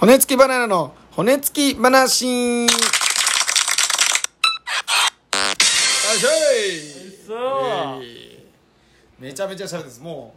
骨付きバナナの骨付き話。よいしょい。そう、えーめちゃめちゃ喋るんです。も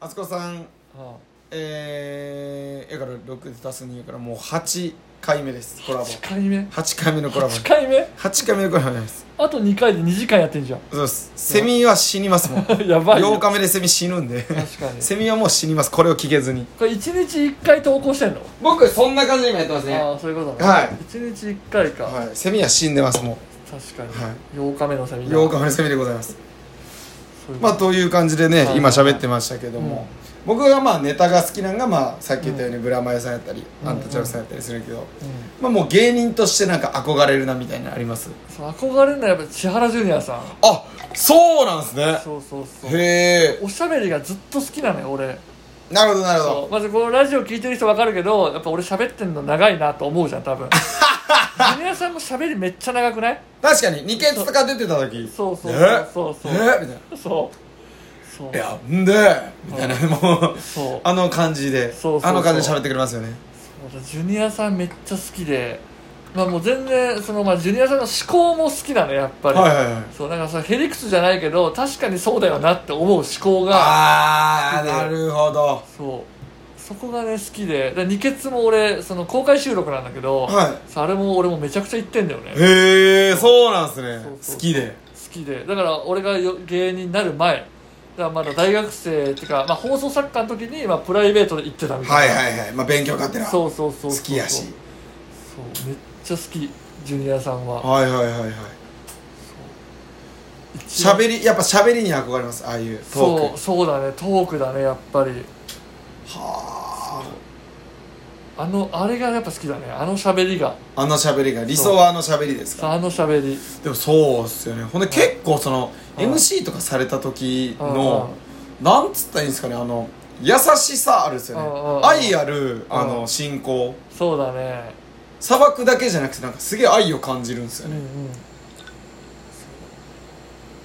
うあつこさん、はえー、やから六で足す二やからもう八回目です。コラボあ、。8回目八回目のコラボ。 8回目八回目のコラボです。あと2回で2時間やってんじゃんそうです。セミは死にますもん。 やばいよ8日目でセミ死ぬんで。確かにセミはもう死にます。これを聞けずに。これ1日1回投稿してんの、僕そんな感じで今やってますねああそういうことねはい1日1回か、はい。セミは死んでますも確かに、はい8日目のセミう。ナー8日目のセミでございます。そういうこまとあという感じでね、はい今喋ってましたけども、僕がまあネタが好きなのが、まあ、さっき言ったようにブラマヨさんやったり、うんアンタチャブさんやったりするけど、うんまあもう芸人としてなんか憧れるなみたいなのありますそう憧れるのはやっぱ千原ジュニアさんあそうなんですねそうそうそうへおしゃべりがずっと好きなのよ俺えなるほどなるほそうまずこのラジオ聞いてる人分かるけどやっぱ俺喋ってんの長いなと思うじゃん 多分ジュニアさんも喋りめっちゃ長くないど確かに二ケツとか出てた時そうそうそうそうそうええみたいそうそうな「いやんで」みたいなもうそうあの感じでそうそうそうあの感じで喋ってくれますよねそうジュニアさんめっちゃ好きでまあもう全然その、まあ、ジュニアさんの思考も好きなのやっぱり、はいはいはいそうなんかそのヘリクスじゃないけど確かにそうだよなって思う思考がああなるほどそうそこがね好きでで二血も俺その公開収録なんだけど、はそうあれも俺もめちゃくちゃ行ってんだよね好へえそうなんですそうそうねそう好きできでだから俺がよ芸人になる前だからまだ大学生っていうか、まあ、放送作家の時に、まあ、プライベートで行ってたみたはいいな、はいはいまあ勉強家ってなそうそうそうそう好きやしそうめっちゃ好きジュニアさんははいはいはいはい一番喋りやっぱ喋りに憧れますああいうトーそうクそうだねトークだねやっぱりはあのあれがやっぱ好きだねあの喋りがああの喋りが理想はあの喋りですさかあの喋りでもそうっすよねほんで結構そのうん MC とかされた時のうなんつったらいいんですかねあの優しさあるっすようんうんうねん愛あるあうのん進行そうだね砂漠だけじゃなくてなんかすげえ愛を感じるんですうよんうねん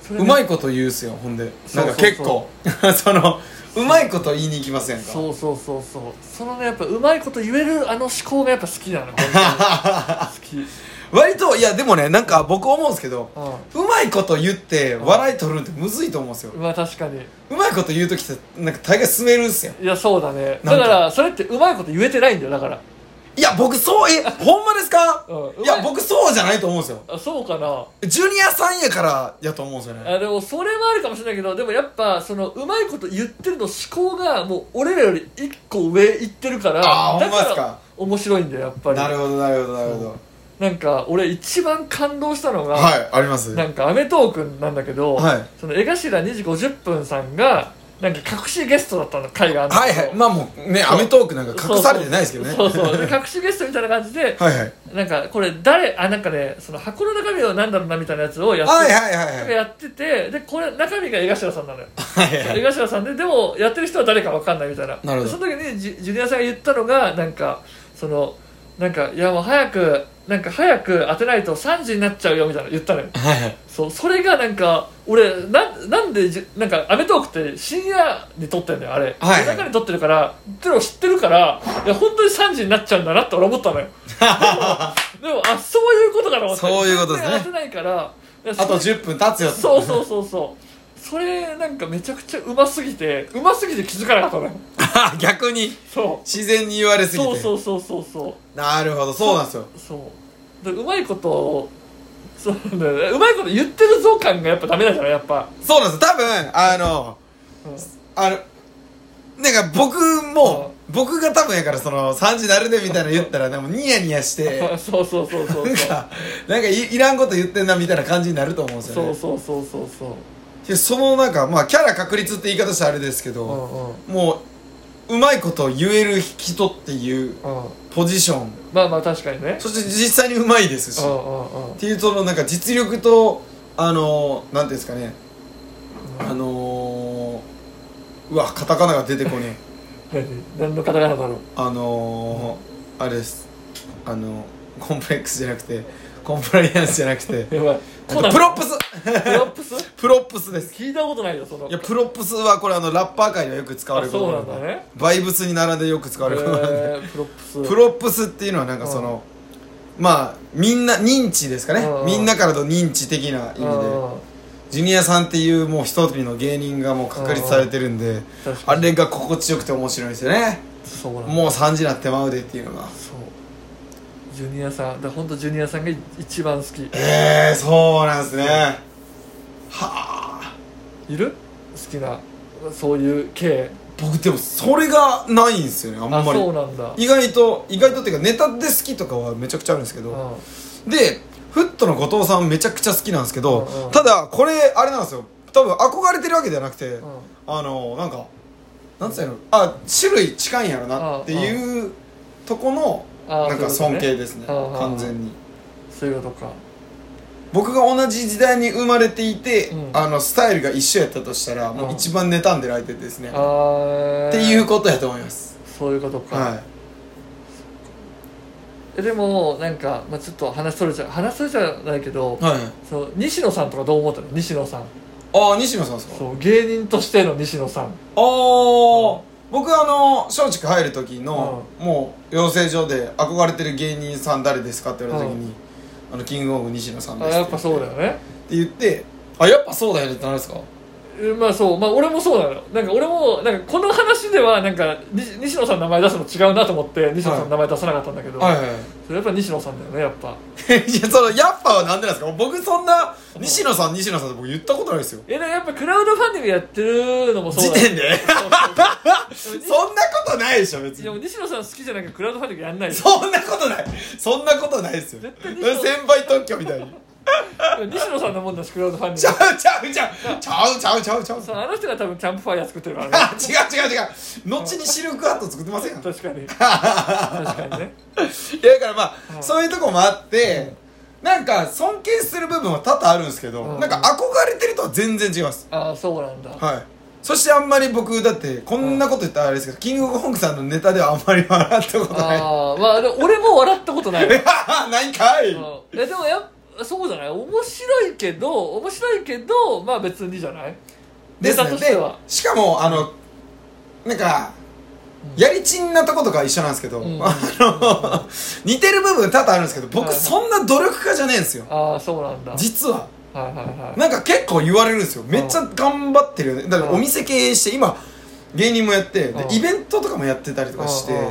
そうまいいこと言うっすよほんでそなうんそかう結構 そのうまいこと言いに行きませんかそうそうそうそうそのねやっぱうまいこと言えるあの思考がやっぱ好きなの本当 に好割といやでもねなんか僕思うんですけどきうんうまいこと言って笑い取るのってむずいと思うんですよまあ確かにうまいこと言う時ってなんか大概進めるんすよいやそうだねなんだかからそれってうまいこと言えてないんだよだからいや僕そうえほんまですか、うんいやうまい僕そうじゃないと思うんですよあそうかなジュニアさんやからやと思うんですよねあでもそれもあるかもしれないけどでもやっぱそのうまいこと言ってるの思考がもう俺らより一個上行ってるからあーだほんまっかすから面白いんだよやっぱりなるほどなるほどなるほどなんか俺一番感動したのが、はいありますなんか『アメトーク』なんだけど、はいその江頭2時50分さんがなんか隠しゲストだったの回があるんだはけいどはいまあもうね『アメトーク』なんか隠されてないですけどねそうそうそうで隠しゲストみたいな感じで、はいはいなんかこれ誰あなんかねその箱の中身は何だろうなみたいなやつをやってはいはいはいはいやっててでこれ中身が江頭さんなのよはいはい 江頭さんででもやってる人は誰か分かんないみたいななるほどその時にジュジュニアさんが言ったのがなんかそのなんかいやもう早くなんか早く当てないと3時になっちゃうよみたいな言ったのよはいはいそうそれがなんか俺ななんでじゅなんか『アメトーク』って深夜に撮ってんだよあれ、はい夜中に撮ってるからってのを知ってるからいや本当に3時になっちゃうんだなって俺思ったのよでもでもあそういうことかなそういうことですね当てないからああと10分経つよそうそうそうそうそれなんかめちゃくちゃうますぎてうますぎて気づかなかったのよあ 逆にそ自然に言われうすぎてそうそうそうそうそうなるほどそうなんですよそうでうまいことをそうなんだよねうまいこと言ってるぞ感がやっぱダメだからやっぱそうなんです多分あのうあのなんか僕も僕が多分やからその3時なるでみたいなの言ったらでもニヤニヤしてんそうそうそうそうなんそうかなんかいいらんこと言ってんなみたいな感じになると思うんですよそねうそうそうそうそういやそのなんかまあキャラ確立って言い方したらあれですけうど、んうんもううまいことを言える人っていううんポジションまあまあ確かにねそして実際にうまいですし、うっんうんうんていうそのなんか実力とあのなんていうんですかねあのー、うわカタカナが出てこねえ何何の方々だろうあの ー、あれですあのコンプレックスじゃなくてコンプライアンスじゃなくてやばいプロップスプロップスプロップスです聞いたことないよそのいやプロップスはこれあのラッパー界にはよく使われあるそうなんでだねバイブスに並んでよく使われる言葉なんで、えープロップスプロップスっていうのはなんかその、まあみんな認知ですかね、うんうんみんなからの認知的な意味で、あジュニアさんっていうもう一人の芸人がもう確立されてるんで、ー確かあれが心地よくて面白いんですよね、にそうなんだもう3時になってまうでっていうのがそうジュニアさんだ本当ジュニアさんが一番好きええー、そうなんですねはあいる好きなそういう系僕でもそれがないんですよねあんあまりそうなんだ意外と意外とっていうかネタで好きとかはめちゃくちゃあるんですけうど、んでフットの後藤さんめちゃくちゃ好きなんですけど、うんうんただこれあれなんですよ多分憧れてるわけじゃなくて、うんあのなんかなんつうのあ種類近いんやろなっていうとこのあーなんかそうい尊うことね敬ですねうんうん完全にそういうことか僕が同じ時代に生まれていて、うんあのスタイルが一緒やったとしたらもあうー一番妬んでる相手ですねあーっていうことやと思いますそういうことか、はえでもなんか、まあ、ちょっと話それちゃう話それちゃないけど、いはいその西野さんとかどう思ったの西野さんああ西野さんですかそう芸人としての西野さんあー、僕あの松竹入る時の、もう養成所で憧れてる芸人さん誰ですかって言われた時に、あのキングオブ西野さんあですてやっぱそうだよねって言ってあやっぱそうだよねってなるんですかえまあそうまあ俺もそうなのなんか俺もなんかこの話ではなんかに西野さんの名前出すの違うなと思って西野さんの名前出さなかったんだけど、はいはいはそれやっぱ西野さんだよねやっぱ いいやそのやっぱはなんでなんですか僕そんな西野さん西野さんって僕言ったことないですよえでもやっぱクラウドファンディングやってるのもそう時だよ点でそ そうんなことないでしょ別でもに西野さん好きじゃなきゃクラウドファンディングやんないよそんなことないそんなことないですよ絶対先西野輩特許みたいに西野さんのもんだしクラウドファンデちィゃンうちゃうちゃうちゃうちゃうちゃうちゃうグそうあの人が多分キャンプファイヤー作ってるからねあ違う違う違う後にシルクハット作ってませんやんい確かに確かにねやだからまあ、うんそういうとこもあって、なんか尊敬する部分は多々あるんですけど、うんなんか憧れてるとは全然違います、ああそうなんだはいそしてあんまり僕だってこんなこと言ったらあれですけど、キングオブコングさんのネタではあんまり笑ったことないああまあでも俺も笑ったことない ないんかい、うんえでもやっぱそうじゃない面白いけど面白いけどまあ別にじゃないネですタねとしてはでしかもあのなんかやりちんなとことか一緒なんですけど、うんあの似てる部分多々あるんですけどは僕いそんな努力家じゃねえんですよああそうなんだはい実ははいはいなんか結構言われるんですよめっちゃ頑張ってるよねだからうんお店経営して今芸人もやってうんでイベントとかもやってたりとかしてうん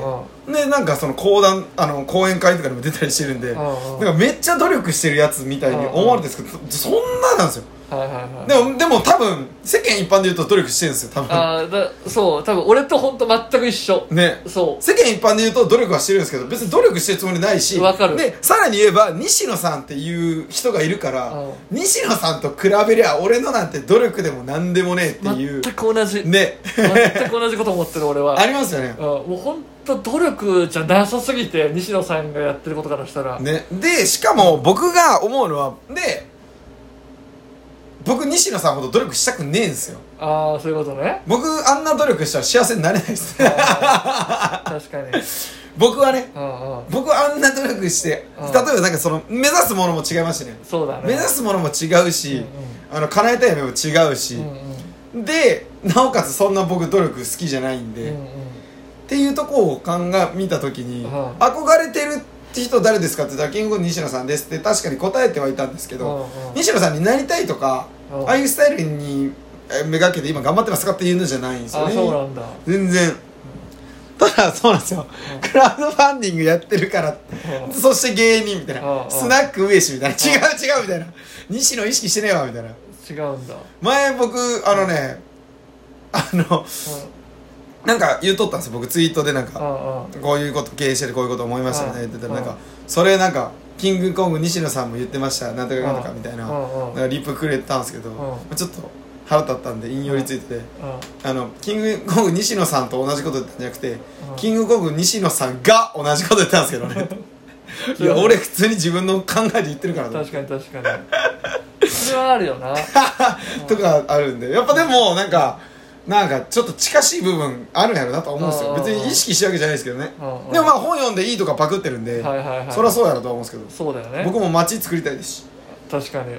うんでなんかその講談あの講演会とかにも出たりしてるんでうんなんうんかめっちゃ努力してるやつみたいに思われてるんですけどそんななんですよはいはいはいでもでも多分世間一般で言うと努力してるんですよ多分ああだそう多分俺と本当全く一緒ねそ世間一般で言うと努力はしてるんですけど別に努力してるつもりないしわかるでさらに言えば西野さんっていう人がいるから、うん西野さんと比べりゃ俺のなんて努力でも何でもねえってういう全く同じね全く同じこと思ってる俺はありますよねうんもう本当努力じゃなさすぎて西野さんがやってることからしたらねでしかも僕が思うのはで僕西野さんほど努力したくねえんですよああそういうことね僕あんな努力したら幸せになれないですあー確かに僕はねうんうん僕はあんな努力してうん例えばなんかその目指すものも違いますしねそうだね目指すものも違うし、あの叶えたい夢も違うしうんう、んでなおかつそんな僕努力好きじゃないんで、うんっうんていうとこを鑑みた時に、うん憧れてるって人誰ですかって言ったらキングオブ西野さんですって確かに答えてはいたんですけど、うんうん西野さんになりたいとか、うんああいうスタイルにえめがけて今頑張ってますかっていうのじゃないんですよあねそうなんだ全然ただそうなんですよ、クラウドファンディングやってるからうんそして芸人みたいな、うんうんスナック上しみたいな、違う違うみたいな西野意識してねえわみたいな違うんだ、前僕あのね、あのうなんか言うとったんですよ僕ツイートでなんん、か、ああこういうこと経営しててこういうこと思いましたみたいな言ってたらうなんんか、それなんかキングコング西野さんも言ってましたなんとかなんとかみたいな,、うんうんリップくれたんですけど、うちょっと腹立ったんで引用リツイートで、ああのキングコング西野さんと同じこと言ったんじゃなくて、んキングコング西野さんが同じこと言ったんですけど ねいや俺普通に自分の考えで言ってるからあね確かに確かにそれはあるよなとかあるんでやっぱでもなんかなんかちょっと近しい部分あるんやろなとは思うんですようんうん別うんに意識してるわけじゃないですけどねうんうんでもまあ本読んでいいとかパクってるんではいはいはいそりゃそうやろとは思うんですけどそうだよね僕も街作りたいですし確かに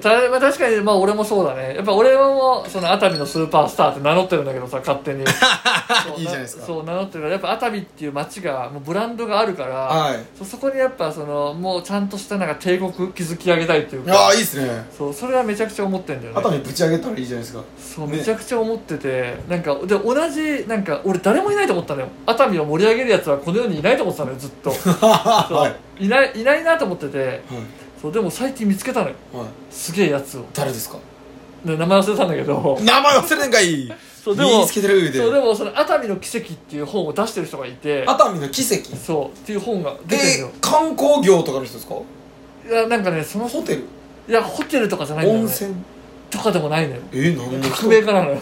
た、まあ、確かにまあ俺もそうだねやっぱ俺はもうその熱海のスーパースターって名乗ってるんだけどさ勝 手にそういいじゃないですかそう名乗ってるからやっぱ熱海っていう街がもうブランドがあるから、はいそそこにやっぱそのもうちゃんとしたなんか帝国築き上げたいっていうあかあいいっすねそうそれはめちゃくちゃ思ってんだよね熱海ぶち上げたらいいじゃないですかそうねめちゃくちゃ思ってて、なんかで同じなんか俺誰もいないと思ったのよ熱海を盛り上げるやつはこの世にいないと思ってたのよずっ とそうはいないいないなと思っててい、はいそうでも最近見つけたのよはい、すげえやつを誰ですかで名前忘れたんだけど名前忘れんかいそうで見もつけてる上でそうでもその熱海の奇跡っていう本を出してる人がいて熱海の奇跡そうっていう本が出てるで観光業とかの人ですかのよいやなんかねそのホテルいやホテルとかじゃないんだよ温ね泉とかでもないのよえー、何の革命家 なのよ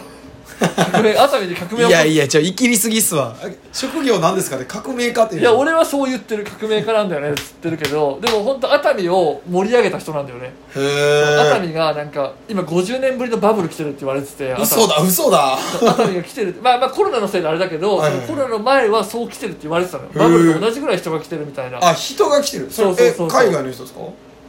革命熱海で革命をいやいやちょいきりすぎっすわ職業なんですかね革命家っていういや俺はそう言ってる革命家なんだよねっつってるけどでも本当熱海を盛り上げた人なんだよね、へえ熱海がなんか今50年ぶりのバブル来てるって言われてて熱海嘘だ嘘だ熱海が来てるってまあまあコロナのせいであれだけど、はいはいそのコロナの前はそう来てるって言われてたのよーバブルと同じぐらい人が来てるみたいなあ人が来てるれそうそうそうそうえ海外の人ですか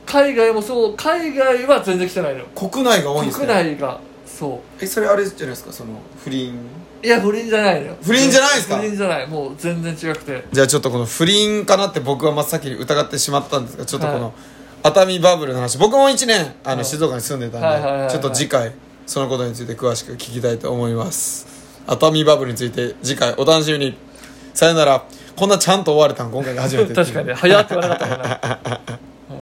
海外もそう海外は全然来てないのよ国内が多いんですね国内がそえそれあれじゃないですかその不倫ういや不倫じゃないのよ不倫じゃないんすか不倫じゃないもう全然違くてじゃあちょっとこの不倫かなって僕は真っ先に疑ってしまったんですがちょっとこの、はい熱海バブルの話僕も1年あはのい静岡に住んでたんで、はいはいはいはいちょっと次回そのことについて詳しく聞きたいと思います熱海バブルについて次回お楽しみに さよならこんなちゃんと終われたん今回が初めてっていう確かにね早って言わなかったもんな